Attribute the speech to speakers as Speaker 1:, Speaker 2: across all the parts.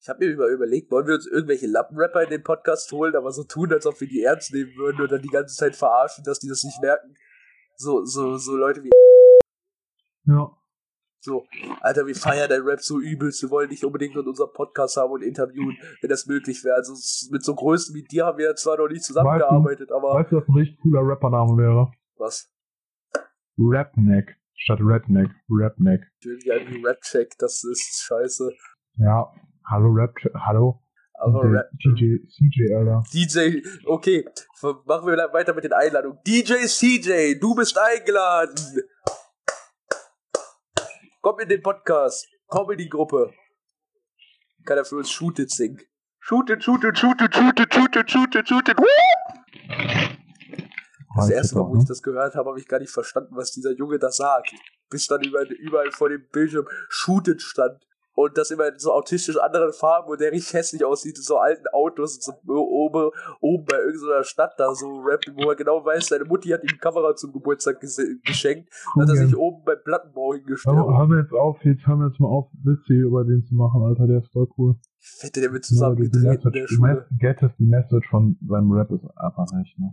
Speaker 1: Ich habe mir über überlegt, wollen wir uns irgendwelche Lappenrapper in den Podcast holen, aber so tun, als ob wir die ernst nehmen würden und dann die ganze Zeit verarschen, dass die das nicht merken. So, so, so Leute wie.
Speaker 2: Ja.
Speaker 1: So, Alter, wir feiern dein Rap so übelst. Wir wollen dich unbedingt in unserem Podcast haben und interviewen, wenn das möglich wäre. Also s- mit so Größen wie dir haben wir ja zwar noch nicht zusammengearbeitet, aber
Speaker 2: Weißt du, was ein richtig cooler Rappername wäre?
Speaker 1: was?
Speaker 2: Rapneck statt Redneck. Rapneck.
Speaker 1: Irgendwie ein Rap-Check, das ist scheiße.
Speaker 2: Ja. Hallo Rap. Hallo.
Speaker 1: Aber
Speaker 2: Der
Speaker 1: Rap.
Speaker 2: DJ, CJ, Alter.
Speaker 1: DJ, okay, ver- machen wir weiter mit den Einladungen. DJ CJ, du bist eingeladen. Komm in den Podcast. Komm in die Gruppe. Kann er für uns Shoot It singen. Shoot It, Shoot It, Shoot It, Shoot It, Shoot It, Shoot It, Shoot It. Das
Speaker 2: Weiß
Speaker 1: erste Mal,
Speaker 2: doch,
Speaker 1: wo ich
Speaker 2: ne?
Speaker 1: das gehört habe, habe ich gar nicht verstanden, was dieser Junge da sagt. Bis dann über, überall vor dem Bildschirm Shooted stand. Und das immer in so autistisch anderen Farben und der richtig hässlich aussieht, in so alten Autos, und so oben, oben bei irgendeiner Stadt da so rappen, wo er genau weiß, seine Mutti hat ihm die Kamera zum Geburtstag ges- geschenkt, dann hat er
Speaker 2: Kugel.
Speaker 1: sich oben beim Plattenbau hingestellt.
Speaker 2: Hör, mal- hör mir jetzt auf, jetzt hören wir jetzt mal auf, Witze hier über den zu machen, Alter, der ist voll cool.
Speaker 1: Ich wette, der wird
Speaker 2: Nur die
Speaker 1: zusammengedreht in der
Speaker 2: Message, die
Speaker 1: Schule.
Speaker 2: Mes- Gettest, die Message von seinem Rap ist einfach nicht, ne?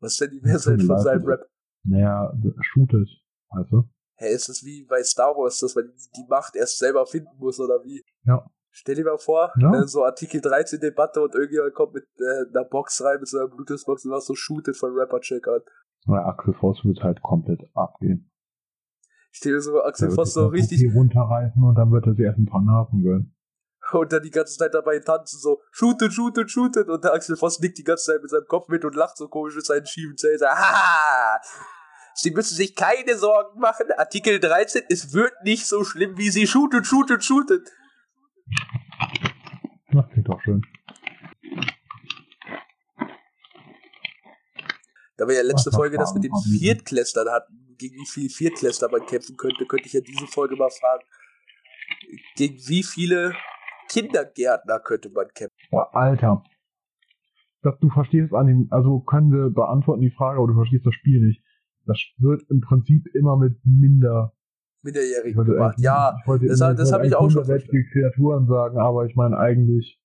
Speaker 1: Was ist denn die Mehrheit von seinem Rap?
Speaker 2: Naja, shootet, weißt du?
Speaker 1: Hä, ist das wie bei Star Wars, dass man die Macht erst selber finden muss oder wie?
Speaker 2: Ja.
Speaker 1: Stell dir mal vor,
Speaker 2: Ja.
Speaker 1: äh, so Artikel 13 Debatte und irgendjemand kommt mit äh, einer Box rein, mit so einer Bluetooth-Box und was so shootet von Rapper Check an.
Speaker 2: Weil Axel Voss wird halt komplett abgehen.
Speaker 1: Ich stell mir so
Speaker 2: Der
Speaker 1: Axel
Speaker 2: wird
Speaker 1: Voss
Speaker 2: sich
Speaker 1: so
Speaker 2: das
Speaker 1: richtig
Speaker 2: Papier runterreißen und dann wird er sich erst ein paar Nasen gönnen.
Speaker 1: und dann die ganze Zeit dabei tanzen, so shootet, shootet, shootet und der Axel Voss nickt die ganze Zeit mit seinem Kopf mit und lacht so komisch mit seinen schiefen Zähnen. so, Haha! Sie müssen sich keine Sorgen machen. Artikel 13, es wird nicht so schlimm, wie sie shootet, shootet, shootet.
Speaker 2: Das klingt doch schön.
Speaker 1: Da wir ja letzte
Speaker 2: Ach,
Speaker 1: Folge das mit den
Speaker 2: Fragen.
Speaker 1: Viertklässlern hatten, gegen wie viele Viertklässler man kämpfen könnte, könnte ich ja diese Folge mal fragen. Gegen wie viele Kindergärtner könnte man kämpfen?
Speaker 2: Boah, Alter. Ich glaub, du verstehst an dem, also können wir beantworten die Frage, aber du verstehst das Spiel nicht. Das wird im Prinzip immer mit minder. ich
Speaker 1: Minderjährigen
Speaker 2: wollte
Speaker 1: gemacht.
Speaker 2: eigentlich-
Speaker 1: Ja,
Speaker 2: ich wollte,
Speaker 1: das hab- das
Speaker 2: wollte
Speaker 1: hab ich
Speaker 2: eigentlich
Speaker 1: auch schon
Speaker 2: minderwertige Kreaturen sagen, aber ich meine eigentlich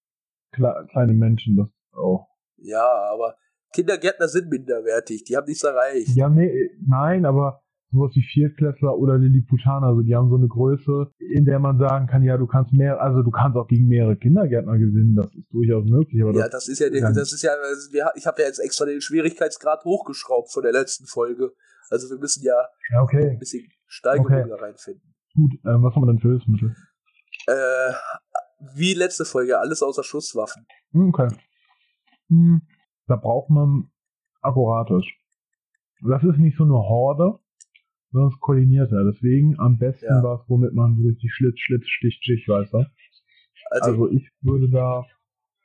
Speaker 2: kle kleine Menschen, das auch.
Speaker 1: ja, aber Kindergärtner sind minderwertig, die haben nichts erreicht.
Speaker 2: Ja, nee, nein, aber sowas wie Viertklässler oder Lilliputaner, also die haben so eine Größe, in der man sagen kann, ja, du kannst mehr, also du kannst auch gegen mehrere Kindergärtner gewinnen, das ist durchaus möglich, aber
Speaker 1: Ja,
Speaker 2: das,
Speaker 1: das ist ja,
Speaker 2: Ja.
Speaker 1: das ist ja, also wir- ich habe ja jetzt extra den Schwierigkeitsgrad hochgeschraubt von der letzten Folge. Also wir müssen ja
Speaker 2: ja,
Speaker 1: ein
Speaker 2: okay,
Speaker 1: bisschen Steigerung
Speaker 2: Okay.
Speaker 1: da reinfinden.
Speaker 2: gut, ähm, was haben wir denn für Hilfsmittel?
Speaker 1: Äh, wie letzte Folge, alles außer Schusswaffen.
Speaker 2: Hm, okay. Hm, da braucht man akkuratisch. Das ist nicht so eine Horde, sondern es koordiniert ja, deswegen am besten
Speaker 1: Ja.
Speaker 2: was, womit man so richtig Schlitz, Schlitz, Stich, Stich, weißt du?
Speaker 1: Also,
Speaker 2: Also ich würde da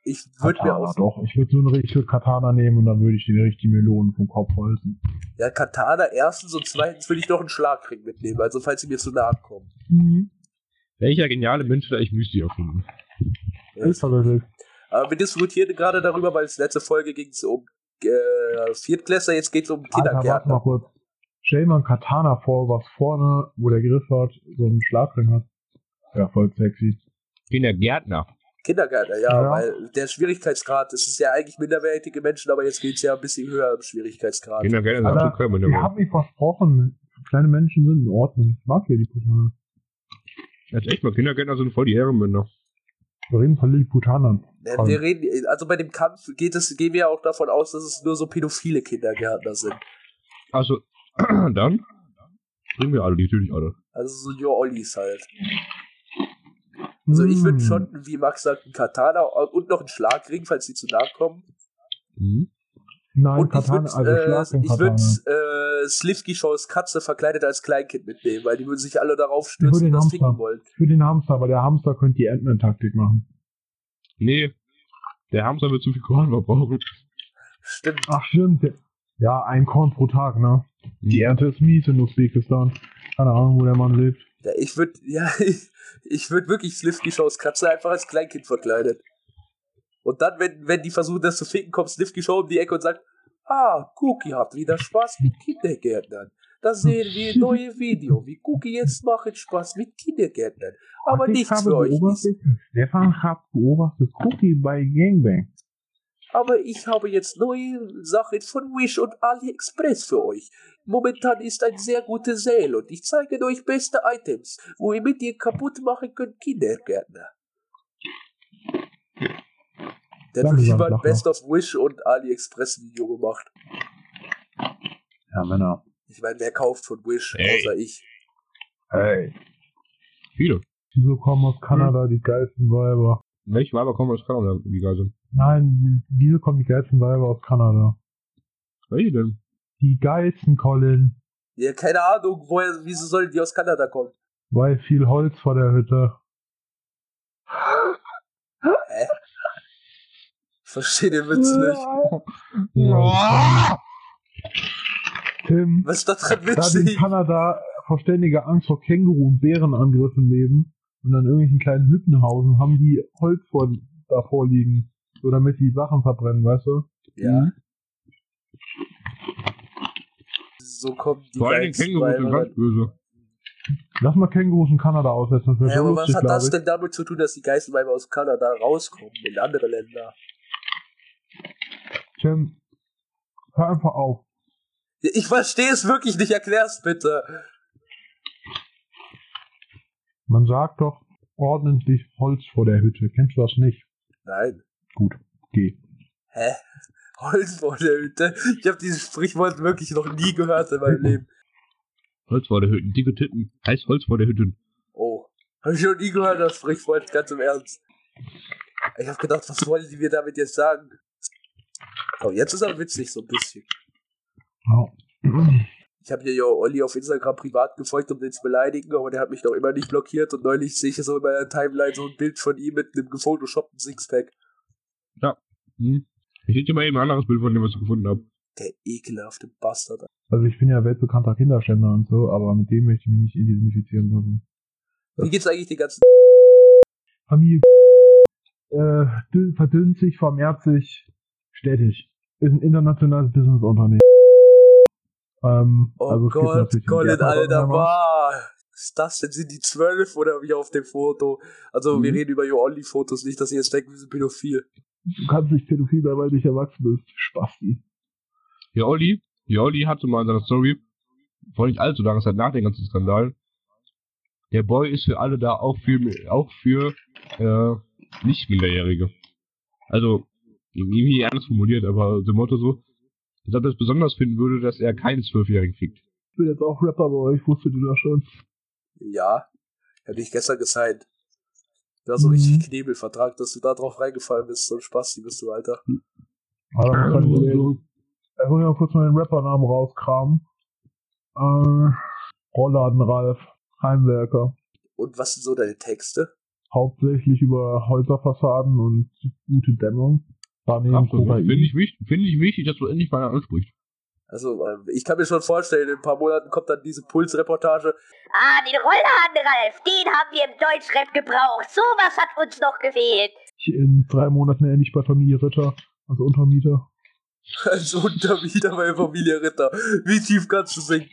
Speaker 1: ich würde mir
Speaker 2: Katana,
Speaker 1: auch
Speaker 2: doch. Ich würde so eine richtige Katana nehmen und dann würde ich den richtigen Melonen vom Kopf holzen.
Speaker 1: Ja, Katana erstens und zweitens will ich noch einen Schlagring mitnehmen, also falls sie mir zu nahe kommen. Mhm.
Speaker 3: Welcher geniale Mensch hat eigentlich Müsli erfunden?
Speaker 1: Ja.
Speaker 2: Ist verwirrt.
Speaker 1: Äh, Aber wir diskutierten gerade darüber, weil es letzte Folge ging es um äh, Viertklässler, jetzt geht es um
Speaker 2: Alter, warte mal
Speaker 1: Kindergärtner.
Speaker 2: kurz. Stell dir mal ein Katana vor, was vorne, wo der Griff hat, so einen Schlagring hat. Ja, voll sexy.
Speaker 3: Kindergärtner.
Speaker 1: Kindergärtner, ja,
Speaker 2: Ja.
Speaker 1: weil der Schwierigkeitsgrad, das ist ja eigentlich minderwertige Menschen, aber jetzt geht es ja ein bisschen höher im Schwierigkeitsgrad.
Speaker 3: Kindergärtner sind
Speaker 2: Also, Alter,
Speaker 3: absolut kein
Speaker 2: Ihr
Speaker 3: Minderwert.
Speaker 2: habt mich versprochen, kleine Menschen sind in Ordnung. Ich mag hier die Putaner.
Speaker 3: Jetzt echt mal, Kindergärtner sind voll die Ehrenmänner.
Speaker 2: Wir reden von Lilliputanern.
Speaker 1: Äh, Wir reden, also bei dem Kampf geht es, gehen wir ja auch davon aus, dass es nur so pädophile Kindergärtner sind.
Speaker 3: Also, dann bringen wir alle, die natürlich alle.
Speaker 1: Also so Your Ollis halt. Also ich
Speaker 2: Hm. Mm.
Speaker 1: würde schon, wie Max sagt, einen Katana und noch einen Schlagring, falls sie zu nahe kommen.
Speaker 3: Mhm.
Speaker 2: Nein,
Speaker 1: Und ich
Speaker 2: Katana,
Speaker 1: würde
Speaker 2: also Schlagring
Speaker 1: äh, ich
Speaker 2: Katana.
Speaker 1: würd, äh, Slivki Shows Katze verkleidet als Kleinkind mitnehmen, weil die würden sich alle darauf
Speaker 2: Ich
Speaker 1: stürzen
Speaker 2: würd
Speaker 1: und
Speaker 2: den
Speaker 1: das
Speaker 2: Hamster.
Speaker 1: ficken wollen.
Speaker 2: Für den Hamster, aber der Hamster könnte die Ant-Man-Taktik machen.
Speaker 3: Nee, der Hamster wird zu viel Korn verbrauchen.
Speaker 1: Stimmt.
Speaker 2: Ach stimmt. der- Ja, ein Korn pro Tag, ne? Die Ernte ist mies in Usbekistan. Keine Ahnung, wo der Mann lebt.
Speaker 1: Ja, ich würde ja, ich würd wirklich Slivki Shows Katze einfach als Kleinkind verkleidet. Und dann, wenn, wenn die versuchen, das zu ficken, kommt Slivki Show um die Ecke und sagt, ah, Cookie hat wieder Spaß mit Kindergärtnern. Da sehen wir neue Video, wie Cookie jetzt machen Spaß mit Kindergärtnern. Aber
Speaker 2: Und ich
Speaker 1: nichts
Speaker 2: habe
Speaker 1: für euch ist.
Speaker 2: beobachtet, Stefan hat beobachtet Cookie bei Gangbang.
Speaker 1: Aber ich habe jetzt neue Sachen von Wish und AliExpress für euch. Momentan ist ein sehr guter Sale und ich zeige euch beste Items, womit ihr kaputt machen könnt Kindergärtner. Da
Speaker 2: Danke,
Speaker 1: hat jemand
Speaker 2: Sandlacher.
Speaker 1: Best of Wish und AliExpress Video gemacht.
Speaker 2: Ja, Männer.
Speaker 1: Ich meine, wer kauft von Wish,
Speaker 3: Hey.
Speaker 1: außer ich?
Speaker 2: Hey.
Speaker 3: Viele.
Speaker 2: Wieso kommen aus Kanada die geilsten Weiber?
Speaker 3: Welche Weiber kommen aus Kanada, die geil sind?
Speaker 2: Nein, wieso kommen die geilsten Weiber aus Kanada?
Speaker 3: Welche denn?
Speaker 2: Die geilsten, Colin.
Speaker 1: Ja, keine Ahnung, woher, wieso sollen die aus Kanada kommen?
Speaker 2: Weil viel Holz vor der Hütte.
Speaker 1: Ich verstehe den Witz nicht.
Speaker 2: Ja. Tim,
Speaker 1: Was ist da dran
Speaker 2: da die in
Speaker 1: witzig?
Speaker 2: Kanada vor ständiger Angst vor Känguru- und Bärenangriffen leben und an irgendwelchen kleinen Hütten hausen, haben die Holz vor, davor liegen. So damit die Sachen verbrennen, weißt du?
Speaker 1: Ja. So kommen die
Speaker 3: Vor allem
Speaker 1: geilsten
Speaker 3: Kängurus sind
Speaker 1: Weiber.
Speaker 3: ganz böse.
Speaker 2: Lass mal Kängurus in Kanada ausessen, das wäre
Speaker 1: Ja,
Speaker 2: so
Speaker 1: aber was
Speaker 2: lustig,
Speaker 1: hat das
Speaker 2: glaube ich.
Speaker 1: denn damit zu tun, dass die Geißelweiber aus Kanada rauskommen in andere Länder?
Speaker 2: Tim, hör einfach auf.
Speaker 1: Ja, Ich verstehe es wirklich nicht, erklär's bitte.
Speaker 2: Man sagt doch ordentlich Holz vor der Hütte. Kennst du das nicht?
Speaker 1: Nein.
Speaker 2: Geh.
Speaker 1: Hä? Holz vor der Hütte? Ich habe dieses Sprichwort wirklich noch nie gehört in meinem Leben.
Speaker 3: Holz vor der Hütte, dicke Titten. Heißt Holz vor der Hütte.
Speaker 1: Oh. Hab ich noch nie gehört, das Sprichwort, ganz im Ernst. Ich habe gedacht, was wollen die mir damit jetzt sagen? Oh, jetzt ist er witzig, so ein bisschen.
Speaker 2: Ja.
Speaker 1: Ich habe hier ja Olli auf Instagram privat gefolgt, um den zu beleidigen, aber der hat mich noch immer nicht blockiert und neulich sehe ich so in meiner Timeline so ein Bild von ihm mit einem gefotoshoppten Sixpack.
Speaker 3: Hm? Ich hätte dir mal eben ein anderes Bild von dem, was ich gefunden habe.
Speaker 1: Der ekelhafte Bastard.
Speaker 2: Also ich bin ja weltbekannter Kinderschänder und so, aber mit dem möchte ich mich nicht identifizieren lassen.
Speaker 1: Wie geht's eigentlich den ganzen
Speaker 2: Familie äh, dünn- verdünnt sich, vermehrt sich stetig. Ist ein internationales Businessunternehmen. Ähm,
Speaker 1: Oh
Speaker 2: also es gibt
Speaker 1: Gott,
Speaker 2: natürlich in
Speaker 1: Colin,
Speaker 2: Japan
Speaker 1: alter
Speaker 2: Unternehmer.
Speaker 1: Mann. Was ist das denn? Sind die zwölf oder wie auf dem Foto? Also wir
Speaker 3: Mhm.
Speaker 1: reden über Jo Olli-Fotos, nicht, dass ihr jetzt denkt, wir sind pädophil.
Speaker 2: Du kannst nicht pädophil sein, weil du nicht erwachsen bist. Spasti.
Speaker 3: Ja, Olli. Ja, Olli hatte mal in seiner Story, vor nicht allzu langer Zeit nach dem ganzen Skandal, der Boy ist für alle da, auch für, auch für äh, Nicht-Minderjährige. Also, irgendwie anders formuliert, aber dem Motto so, dass er das besonders finden würde, dass er keinen Zwölfjährigen kriegt.
Speaker 2: Ich bin jetzt auch Rapper, aber ich wusste du das schon.
Speaker 1: Ja, hab ich gestern gezeigt. Du hast so
Speaker 2: Mhm.
Speaker 1: richtig Knebelvertrag, dass du da drauf reingefallen bist. So ein Spasti bist du, Alter.
Speaker 2: Aber das kann ich nicht. Ich muss mal kurz mal den Rappernamen rauskramen. Äh, Rollladen Ralf, Heimwerker.
Speaker 1: Und was sind so deine Texte?
Speaker 2: Hauptsächlich über Häuserfassaden und gute Dämmung. Daneben Kokain.
Speaker 3: Finde ich, wichtig- finde ich wichtig, dass du endlich mal ansprichst.
Speaker 1: Also, ähm, ich kann mir schon vorstellen, in ein paar Monaten kommt dann diese Puls-Reportage.
Speaker 4: Ah, den Rollladen, Ralf, den haben wir im Deutschrap gebraucht. Sowas hat uns noch gefehlt.
Speaker 2: Ich in drei Monaten endlich bei Familie Ritter also als Untermieter.
Speaker 1: Als Untermieter bei Familie Ritter. Wie tief kannst du singen?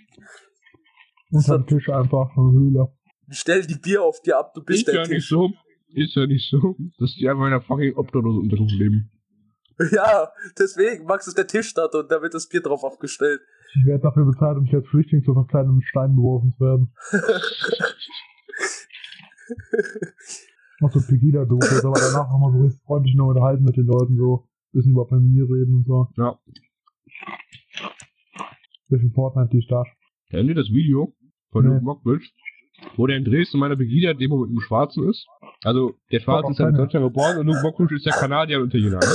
Speaker 2: Unter dem Tisch einfach eine Höhle.
Speaker 1: Stell die Bier auf dir ab, du bist
Speaker 3: Ist
Speaker 1: der
Speaker 3: ja nicht
Speaker 1: Tisch.
Speaker 3: so, ist ja nicht so, dass die einfach in einer fucking obdachlosen Unterkunft leben.
Speaker 1: Ja, deswegen, Max ist der Tischstadt und da wird das Bier drauf abgestellt.
Speaker 2: Ich werde dafür bezahlt, um mich als Flüchtling zu verkleiden und mit Steinen geworfen zu werden. Noch so Pegida-Doku, ist aber danach nochmal so richtig freundlich noch unterhalten mit den Leuten, so ein bisschen über Familie reden und so.
Speaker 3: Ja.
Speaker 2: Bisschen Fortnite, die Stadt.
Speaker 3: Kennt ihr das Video von
Speaker 2: Nee.
Speaker 3: Luke Mockridge, wo der in Dresden meiner Pegida-Demo mit einem Schwarzen ist? Also, der Schwarze
Speaker 2: auch
Speaker 3: ist ja in
Speaker 2: keine.
Speaker 3: Deutschland geboren und Luke Mockridge ist ja Kanadier und Italiener. ne?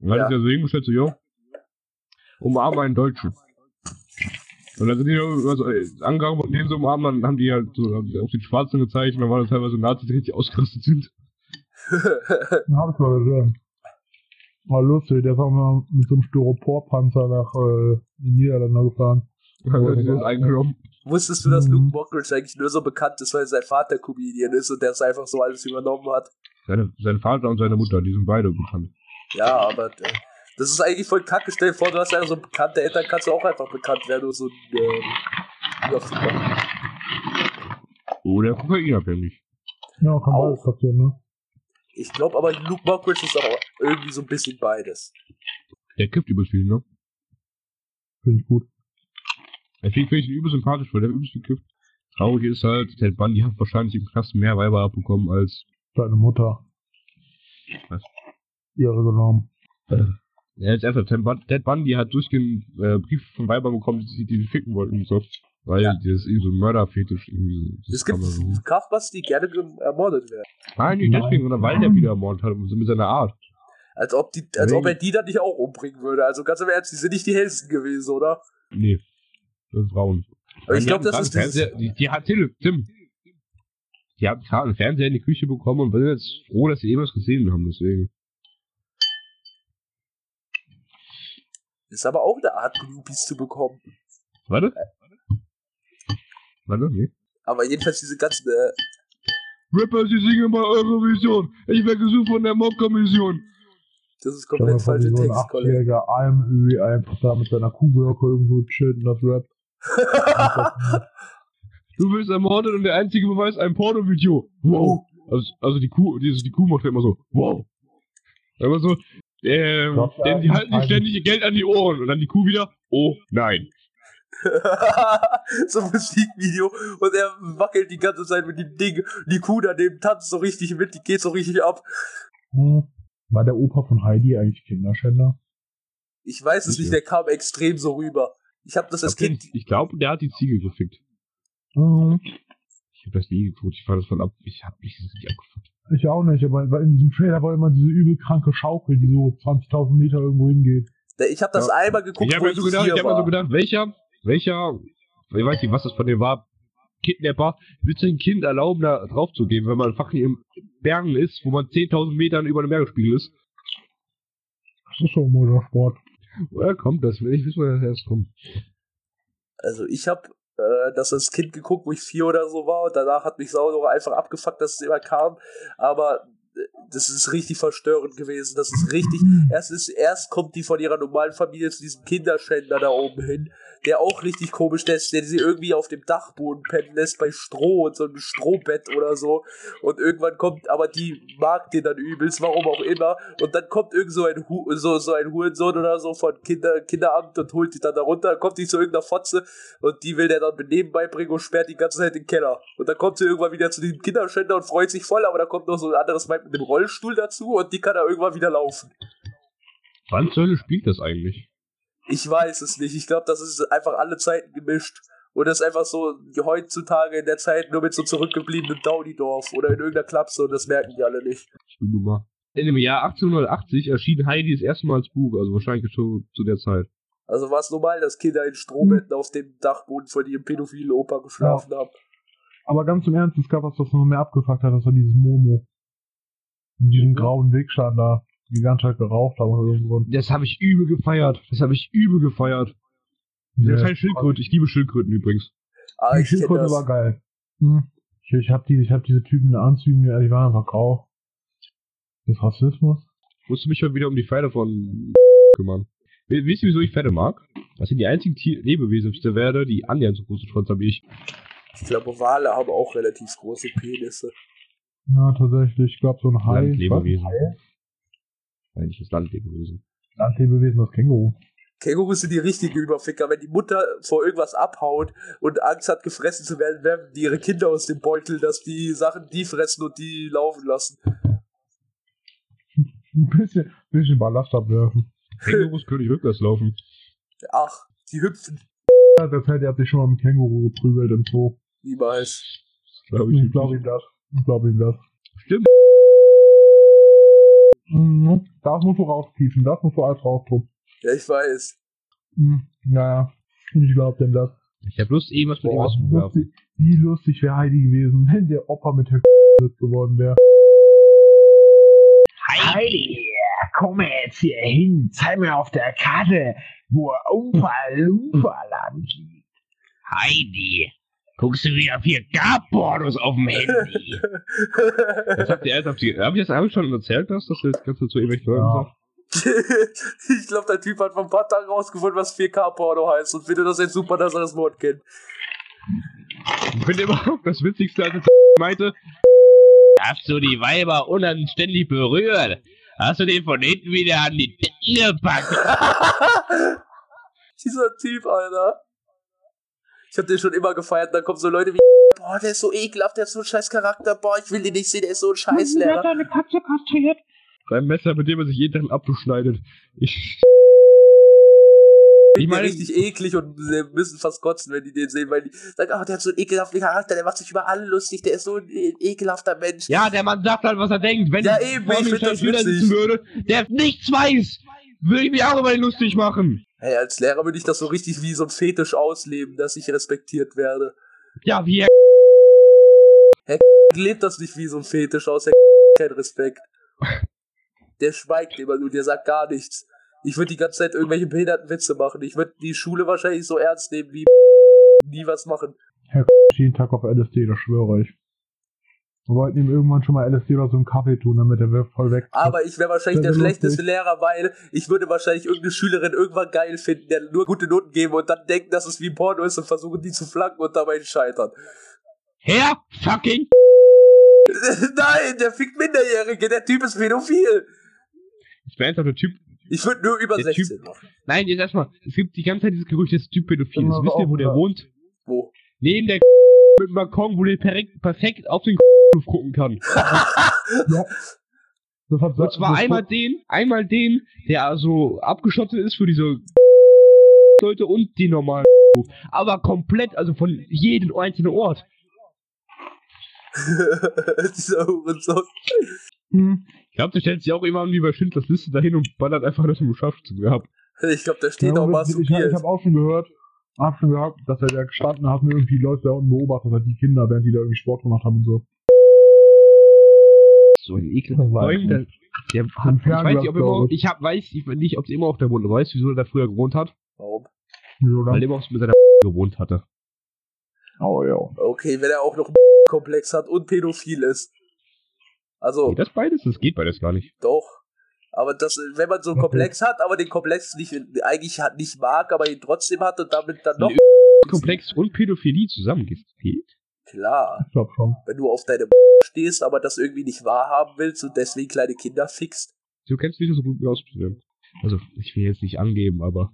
Speaker 3: Und dann
Speaker 1: Ja.
Speaker 3: ist er so hingestellt, so, jo, umarme einen Deutschen. Und dann sind die also, angegangen und nehmen so umarmen, dann haben die halt so auf den Schwarzen gezeigt und dann waren das teilweise Nazis, die richtig ausgerüstet sind.
Speaker 2: Den hab ich mal gesehen. äh, War lustig, der ist auch mal mit so einem Styroporpanzer nach äh, die Niederlande gefahren.
Speaker 3: Und dann werden die das eingenommen.
Speaker 1: Wusstest du, dass Luke
Speaker 2: Mhm.
Speaker 1: Mockridge eigentlich nur so bekannt ist, weil sein Vater Comedian ist und der es einfach so alles übernommen hat?
Speaker 3: Seine, sein Vater und seine Mutter, die sind beide bekannt.
Speaker 1: Ja, aber äh, Das ist eigentlich voll kacke. Stell dir vor, du hast ja so einen bekannten Eltern, kannst du auch einfach bekannt werden und so ein, äh, ja,
Speaker 3: Oder kokainabhängig.
Speaker 2: Ja, kann
Speaker 1: Auch.
Speaker 2: beides passieren, ne?
Speaker 1: Ich glaube aber, Luke Mockridge ist auch irgendwie so ein bisschen beides.
Speaker 3: Der kippt übelst viel, ne?
Speaker 2: Finde ich gut.
Speaker 3: Deswegen finde ich ihn übelst sympathisch, weil der übelst viel kippt. Traurig ist halt, Ted Bundy hat wahrscheinlich im Knast mehr Weiber abbekommen als.
Speaker 2: Deine Mutter.
Speaker 3: Was?
Speaker 2: Ihre genommen.
Speaker 3: Ja, jetzt ernsthaft, Ted Bun- Ted Bundy hat durchgehend äh, Briefe von Weibern bekommen, die, sie- die ihn ficken wollten und so. Weil
Speaker 1: Ja.
Speaker 3: das ist eben so ein Mörderfetisch irgendwie. so. Das
Speaker 1: Es gibt
Speaker 3: kann man so-
Speaker 1: Kraftmassen, die gerne gem- ermordet werden.
Speaker 3: Nein, nicht
Speaker 2: Nein.
Speaker 3: deswegen, sondern weil der wieder ermordet hat, so mit seiner Art.
Speaker 1: Als ob, die, als ob
Speaker 3: Nee.
Speaker 1: er die dann nicht auch umbringen würde. Also ganz im Ernst, die sind nicht die hellsten gewesen, oder?
Speaker 3: Nee. Das sind Frauen.
Speaker 1: Aber ich
Speaker 3: Die
Speaker 1: glaube,
Speaker 3: haben
Speaker 1: das ist
Speaker 3: gerade einen
Speaker 1: dieses,
Speaker 3: Fernseher, die, die hat Tim, Tim. Die haben gerade einen Fernseher in die Küche bekommen und sind jetzt froh, dass sie eben was gesehen haben, deswegen.
Speaker 1: ist aber auch eine Art, Groupies zu bekommen.
Speaker 3: Warte. Warte, nee.
Speaker 1: Aber jedenfalls diese ganzen, äh,
Speaker 3: Rapper, sie singen bei Eurovision. Ich werde gesucht von der Mob-Kommission.
Speaker 1: das ist
Speaker 2: Stell dir
Speaker 1: komplett
Speaker 2: vor, wie
Speaker 1: falsche
Speaker 2: so ein
Speaker 1: Text, Colin.
Speaker 2: 8-jähriger Almöhi einfach da mit seiner Kuhgurke irgendwo chillt und das rappt.
Speaker 3: Du wirst ermordet und der einzige Beweis ein Porno-Video. Wow. Also, also die Kuh, die, die Kuh macht ja immer so, wow. Immer so, ähm,
Speaker 2: Gott,
Speaker 3: denn die
Speaker 2: ja,
Speaker 3: halten sich
Speaker 2: also-
Speaker 3: ständig ihr Geld an die Ohren. Und dann die Kuh wieder, oh nein.
Speaker 1: so ein Musikvideo und er wackelt die ganze Zeit mit dem Ding. Die Kuh daneben tanzt so richtig mit, die geht so richtig ab.
Speaker 2: Hm. War der Opa von Heidi eigentlich Kinderschänder?
Speaker 1: Ich weiß es
Speaker 3: Sicher.
Speaker 1: nicht, der kam extrem so rüber. Ich habe das als
Speaker 3: Ich glaub,
Speaker 1: Kind.
Speaker 3: den- Ich glaube, der hat die Ziege gefickt.
Speaker 2: Hm.
Speaker 3: Ich habe das nie geguckt. Ich fand das von ab. Ich habe mich das nicht abgefuckt.
Speaker 2: Ich auch nicht, aber in diesem Trailer war immer diese übelkranke Schaukel, die so 20.000 Meter irgendwo hingeht.
Speaker 1: Ich habe das
Speaker 3: Ja.
Speaker 1: einmal geguckt,
Speaker 3: Ich
Speaker 1: wo
Speaker 3: habe mir
Speaker 1: ich
Speaker 3: so gedacht,
Speaker 1: hier
Speaker 3: ich habe mir
Speaker 1: war.
Speaker 3: so gedacht, welcher, welcher, ich weiß nicht, was das von dem war, Kidnapper, willst du ein Kind erlauben, da drauf zu gehen, wenn man fucking im Bergen ist, wo man 10.000 Metern über dem Meeresspiegel ist?
Speaker 2: Das ist schon Motorsport.
Speaker 3: Woher kommt das? Will ich wissen, woher das erst kommt.
Speaker 1: also ich habe äh, das als Kind geguckt, wo ich vier oder so war und danach hat mich Sauron einfach abgefuckt, dass es immer kam. Aber äh, das ist richtig verstörend gewesen. Das ist richtig. Erst, ist, erst kommt die von ihrer normalen Familie zu diesem Kinderschänder da oben hin, der auch richtig komisch ist, der sie irgendwie auf dem Dachboden pennen lässt bei Stroh und so einem Strohbett oder so. Und irgendwann kommt, aber die mag den dann übelst, warum auch immer. Und dann kommt irgend so ein, Hu so, so ein Hurensohn oder so von Kinder Kinderamt und holt die dann da runter. Dann kommt die zu irgendeiner Fotze und die will der dann mit nebenbei bringen und sperrt die ganze Zeit in den Keller. Und dann kommt sie irgendwann wieder zu diesem Kinderschänder und freut sich voll, aber da kommt noch so ein anderes Weib mit dem Rollstuhl dazu und die kann da irgendwann wieder laufen.
Speaker 3: Wann zur Hölle spielt das eigentlich?
Speaker 1: Ich weiß es nicht. Ich glaube, das ist einfach alle Zeiten gemischt. Und das ist einfach so heutzutage in der Zeit nur mit so zurückgebliebenem Downy-Dorf oder in irgendeiner Klapse und das merken die alle nicht.
Speaker 3: Ich google mal. In dem Jahr 1880 erschien Heidi das erste Mal als Buch, also wahrscheinlich schon zu der Zeit.
Speaker 1: Also war es normal, dass Kinder in Strohbetten auf dem Dachboden von ihrem pädophilen Opa geschlafen haben.
Speaker 2: Aber ganz im Ernst, es gab was, was noch mehr abgefuckt hat, das war dieses Momo. Mit diesem grauen Wegschein da, die die ganze Zeit geraucht haben oder so.
Speaker 3: Das habe ich übel gefeiert. Das habe ich übel gefeiert. Ja. Keine Schildkröte. Ich liebe Schildkröten übrigens.
Speaker 1: Ah,
Speaker 2: Die
Speaker 1: ich kenne
Speaker 2: Schildkröte war
Speaker 1: das.
Speaker 2: geil. Hm. Ich, ich hab die, ich hab diese Typen in Anzügen, die die waren einfach grau. Ist Rassismus?
Speaker 3: Musste mich schon wieder um die Pferde von kümmern. We- Wisst ihr, wieso ich Pferde mag? Das sind die einzigen Tier Lebewesen auf der Werde, die annähernd so große Schwanz haben wie ich.
Speaker 1: Ich glaube, Wale haben auch relativ große Penisse.
Speaker 2: Ja, tatsächlich. Ich glaube, so ein Hai.
Speaker 3: Landlebewesen.
Speaker 2: Was? Hai?
Speaker 3: Eigentlich das Landlebewesen.
Speaker 2: Landlebewesen, das Känguru.
Speaker 1: Kängurus sind die richtigen Überficker. Wenn die Mutter vor irgendwas abhaut und Angst hat, gefressen zu werden, werfen die ihre Kinder aus dem Beutel, dass die Sachen die fressen und die laufen lassen.
Speaker 2: Ein bisschen, bisschen Ballast abwerfen.
Speaker 3: Kängurus können nicht rückwärts laufen.
Speaker 1: Ach, die hüpfen
Speaker 2: Ja, das heißt, ihr habt sich schon mal mit dem Känguru geprügelt im Zoo.
Speaker 1: niemals.
Speaker 3: Glaube
Speaker 2: Ich
Speaker 3: ich.
Speaker 2: glaube ihm das. Ich glaube ihm das.
Speaker 3: Stimmt.
Speaker 2: Mhm. Das musst du rauspiepen, das musst du alles raustupfen.
Speaker 1: Ja, ich weiß.
Speaker 2: Mhm. Naja, ich glaube dem das.
Speaker 3: Ich habe Lust, irgendwas mit irgendwas zu werfen.
Speaker 2: lustig, wie lustig wäre Heidi gewesen, wenn der Opa mit Herr geworden wäre.
Speaker 5: Heidi, komm jetzt hier hin. Zeig mir auf der Karte, wo Umpa Lumpa Land liegt. Heidi, guckst du wieder auf hier Garpornos auf dem Handy?
Speaker 3: Das habt ihr erst auf die. Hab ich das eigentlich schon erzählt, dass das jetzt ganz zu irgendwelchen Leuten
Speaker 2: Ja.
Speaker 3: sagt?
Speaker 1: ich glaube, der Typ hat vor ein paar Tagen rausgefunden, was 4K-Porno heißt und finde das jetzt super, dass er das Wort kennt.
Speaker 3: Ich finde immer das Witzigste, als er meinte,
Speaker 5: Hast du die Weiber unanständig berührt? Hast du den von hinten wieder an die Titten gepackt?
Speaker 1: Dieser Typ, Alter. Ich hab den schon immer gefeiert, dann kommen so Leute wie. Boah, der ist so ekelhaft, der hat so einen scheiß Charakter. Boah, ich will den nicht sehen, der ist so ein Scheißlehrer.
Speaker 5: deine Katze kastriert?
Speaker 3: sein Messer, mit dem er sich jeden Tag abschneidet. Ich.
Speaker 1: Ich
Speaker 3: Ich meine,
Speaker 1: richtig e- eklig und sie müssen fast kotzen, wenn die den sehen, weil die sagen, ah, der hat so einen ekelhaften Charakter, der macht sich über alle lustig, der ist so ein e- ekelhafter Mensch.
Speaker 5: Ja, der Mann sagt halt, was er denkt. Wenn
Speaker 1: Ja,
Speaker 5: ich
Speaker 1: eben,
Speaker 5: vor
Speaker 1: ich
Speaker 5: mir
Speaker 1: find
Speaker 5: schon
Speaker 1: das
Speaker 5: Schüler
Speaker 1: witzig.
Speaker 5: sitzen würde, der nichts weiß, würde ich mich auch über ihn lustig machen.
Speaker 1: Hey, als Lehrer würde ich das so richtig wie so ein Fetisch ausleben, dass ich respektiert werde.
Speaker 5: Ja, wie er
Speaker 1: Ich lebe das nicht wie so ein Fetisch aus, der kein Respekt. Der schweigt immer nur, der sagt gar nichts. Ich würde die ganze Zeit irgendwelche behinderten Witze machen. Ich würde die Schule wahrscheinlich so ernst nehmen wie nie was machen.
Speaker 2: jeden Tag auf LSD, das schwöre ich. Wir wollten ihm irgendwann schon mal LSD oder so einen Kaffee tun, damit er wieder voll weg.
Speaker 1: Aber ich wäre wahrscheinlich der
Speaker 2: Das ist lustig.
Speaker 1: schlechteste Lehrer, weil ich würde wahrscheinlich irgendeine Schülerin irgendwann geil finden, der nur gute Noten geben und dann denken, dass es wie ein Porno ist und versuchen, die zu flanken und dabei scheitern.
Speaker 5: Herr fucking
Speaker 1: Nein, der fickt Minderjährige, der Typ ist pädophil.
Speaker 3: ich bin ernsthaft der Typ.
Speaker 1: Ich würde nur über
Speaker 3: Der
Speaker 1: 16 machen.
Speaker 3: Nein, jetzt erstmal, es gibt die ganze Zeit dieses Gerücht, dass der Typ pädophil
Speaker 2: Dann
Speaker 3: ist.
Speaker 2: haben wir
Speaker 3: Wisst ihr,
Speaker 2: auch
Speaker 3: wo der
Speaker 2: gesagt.
Speaker 3: wohnt?
Speaker 1: Wo?
Speaker 3: Neben der mit dem Balkon, wo der perfekt, perfekt auf den gucken kann.
Speaker 2: Das hat
Speaker 3: Und zwar
Speaker 2: das
Speaker 3: einmal den, einmal den, der also abgeschottet ist für diese Leute und die normalen. Aber komplett, also von jedem einzelnen Ort.
Speaker 1: Dieser Hurensohn.
Speaker 2: Hm.
Speaker 3: Ich glaube, der stellt sich auch immer an wie bei Schindlers Liste dahin und ballert einfach das im Geschäftszug gehabt.
Speaker 1: Ich glaube, der
Speaker 2: Ja,
Speaker 1: steht auch
Speaker 2: und ich ich
Speaker 1: masturbiert.
Speaker 2: habe auch schon gehört, hab schon gehört, dass er da gestanden hat und irgendwie Leute da unten beobachtet hat, die Kinder, während die da irgendwie Sport gemacht haben und so.
Speaker 3: So ein
Speaker 2: Das war
Speaker 3: Vor allem, der, der hat, ich weiß nicht, ob immer,
Speaker 2: glaube ich.
Speaker 3: ich hab, weiß ich nicht, ob es immer auf der Wohnung weiß, wieso er da früher gewohnt hat,
Speaker 1: Warum?
Speaker 2: Wieso dann?
Speaker 3: weil er immer auch mit seiner gewohnt hatte.
Speaker 2: Oh ja.
Speaker 1: Okay, wenn er auch noch einen Komplex hat und pädophil ist. Also,
Speaker 3: Geht das beides? Das geht beides gar nicht.
Speaker 1: doch. Aber das, wenn man so einen
Speaker 2: Okay.
Speaker 1: Komplex hat, aber den Komplex nicht, eigentlich hat, nicht mag, aber ihn trotzdem hat und damit dann noch.
Speaker 3: Nee. Komplex und Pädophilie zusammen geht.
Speaker 1: Klar,
Speaker 2: Ich glaube schon.
Speaker 1: wenn du auf deine stehst, aber das irgendwie nicht wahrhaben willst und deswegen kleine Kinder fixt.
Speaker 3: Du kennst mich so gut aus. Sven. Also, ich will jetzt nicht angeben, aber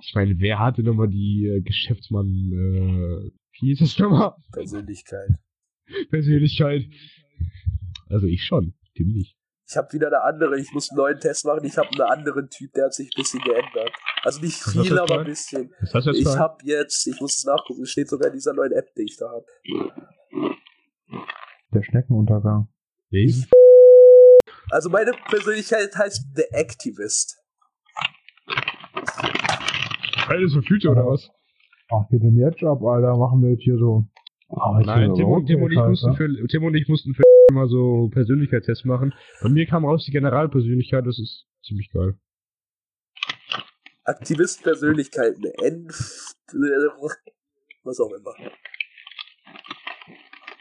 Speaker 3: ich meine, wer hatte nochmal die äh, Geschäftsmann, äh, wie hieß das nochmal?
Speaker 1: Persönlichkeit.
Speaker 3: Persönlichkeit. Also ich schon, Tim nicht.
Speaker 1: Ich habe wieder eine andere, ich muss einen neuen Test machen. Ich habe einen anderen Typ, der hat sich ein bisschen geändert. Also nicht
Speaker 3: Was hast du
Speaker 1: viel, aber ein
Speaker 3: gesagt?
Speaker 1: bisschen.
Speaker 3: Was hast du jetzt
Speaker 1: Ich
Speaker 3: gesagt?
Speaker 1: habe jetzt, ich muss es nachgucken, es steht sogar in dieser neuen App, die ich da habe.
Speaker 2: Der Schneckenuntergang.
Speaker 3: Ich
Speaker 1: Also meine Persönlichkeit heißt The Activist.
Speaker 3: alles für Future oder was?
Speaker 2: Ach, geht denn jetzt ab, Alter? Machen wir jetzt hier so. Oh, jetzt
Speaker 3: Nein,
Speaker 2: hier so
Speaker 3: Tim und, Tim, und ich
Speaker 2: Roadkick,
Speaker 3: mussten
Speaker 2: Alter.
Speaker 3: für, Tim und ich mussten für mal so Persönlichkeitstests machen. Bei mir kam raus die Generalpersönlichkeit, das ist ziemlich geil.
Speaker 1: Aktivist-Persönlichkeiten, Enf... Was auch immer.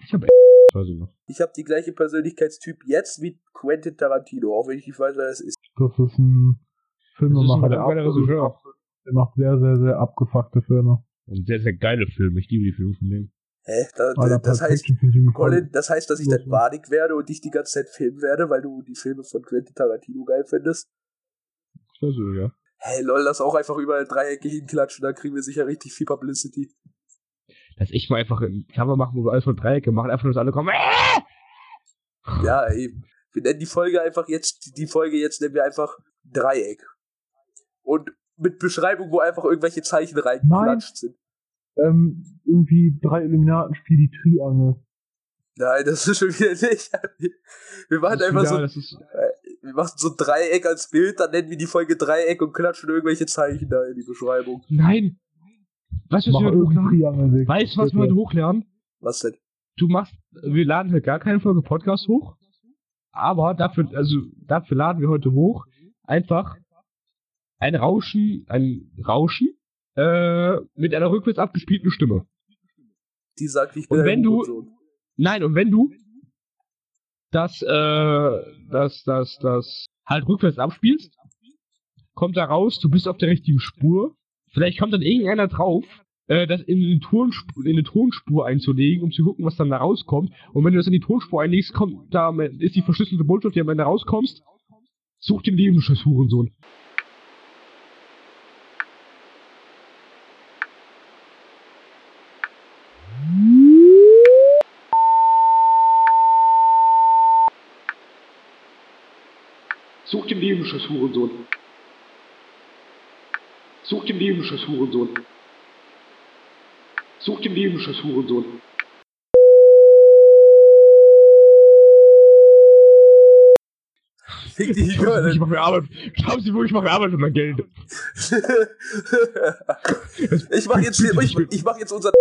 Speaker 3: Ich habe quasi noch.
Speaker 1: Ich habe die gleiche Persönlichkeitstyp jetzt wie Quentin Tarantino, auch wenn ich nicht weiß, wer das ist.
Speaker 2: Das ist ein Filmemacher,
Speaker 3: Das ist ein
Speaker 2: der,
Speaker 3: mittlerweile
Speaker 2: absolut-
Speaker 3: Regisseur.
Speaker 2: absolut- der macht sehr, sehr, sehr abgefuckte Filme.
Speaker 3: Und sehr, sehr geile Filme. Ich liebe die Filme von dem.
Speaker 1: Hä? Da,
Speaker 2: Alter,
Speaker 1: das
Speaker 2: Pulp
Speaker 1: heißt,
Speaker 2: Fiction finde ich irgendwie
Speaker 1: Colin, das heißt, dass ich dein
Speaker 2: Mhm.
Speaker 1: Wadig werde und dich die ganze Zeit filmen werde, weil du die Filme von Quentin Tarantino geil findest.
Speaker 3: Also, ja.
Speaker 1: Hey, lol, lass auch einfach überall Dreiecke hinklatschen, dann kriegen wir sicher richtig viel Publicity.
Speaker 3: Dass ich mal einfach in Cover machen, wo wir alles von Dreiecke machen, einfach nur, dass alle kommen. Äh!
Speaker 1: Ja, eben. Wir nennen die Folge einfach jetzt, die Folge jetzt nennen wir einfach Dreieck. Und mit Beschreibung, wo einfach irgendwelche Zeichen reingeklatscht sind.
Speaker 2: cool. Ähm, irgendwie drei Illuminatenspiel, die Triangel.
Speaker 1: Nein, das ist schon wieder nicht. Wir machen halt
Speaker 3: Das ist
Speaker 1: einfach
Speaker 3: wieder-
Speaker 1: so,
Speaker 3: das ist,
Speaker 1: wir machen so ein Dreieck als Bild, dann nennen wir die Folge Dreieck und klatschen irgendwelche Zeichen da in die Beschreibung.
Speaker 3: nein! Weißt du, was
Speaker 2: Mach
Speaker 3: wir heute
Speaker 2: irgendwie
Speaker 3: hochladen?
Speaker 2: Triangel weg.
Speaker 3: Weißt du, was wir heute hochladen?
Speaker 1: Was denn?
Speaker 3: Du machst, wir laden halt gar keine Folge Podcast hoch, aber dafür, also, dafür laden wir heute hoch einfach ein Rauschen, ein Rauschen, äh, mit einer rückwärts abgespielten Stimme.
Speaker 1: Die sagt, ich
Speaker 3: Und
Speaker 1: bin ein
Speaker 3: wenn du-
Speaker 1: Hurensohn.
Speaker 3: Nein, und wenn du das, äh, das, das, das halt rückwärts abspielst, kommt da raus, du bist auf der richtigen Spur. Vielleicht kommt dann irgendeiner drauf, äh, das in eine, Tonspur, in eine Tonspur einzulegen, um zu gucken, was dann da rauskommt. Und wenn du das in die Tonspur einlegst, kommt, da ist die verschlüsselte Botschaft, die am Ende rauskommst. Such den Leben, scheiß Hurensohn. Such den Leben, scheiß Hurensohn. Such den Leben, scheiß Hurensohn. Such den Leben, scheiß Hurensohn.
Speaker 1: Fick dich,
Speaker 3: Glaubst
Speaker 1: Girl.
Speaker 3: du, ich mache mir Arbeit. Glaubst du, wo ich mache mir Arbeit für mein Geld?
Speaker 1: ich mach jetzt, ich, ich mach jetzt unseren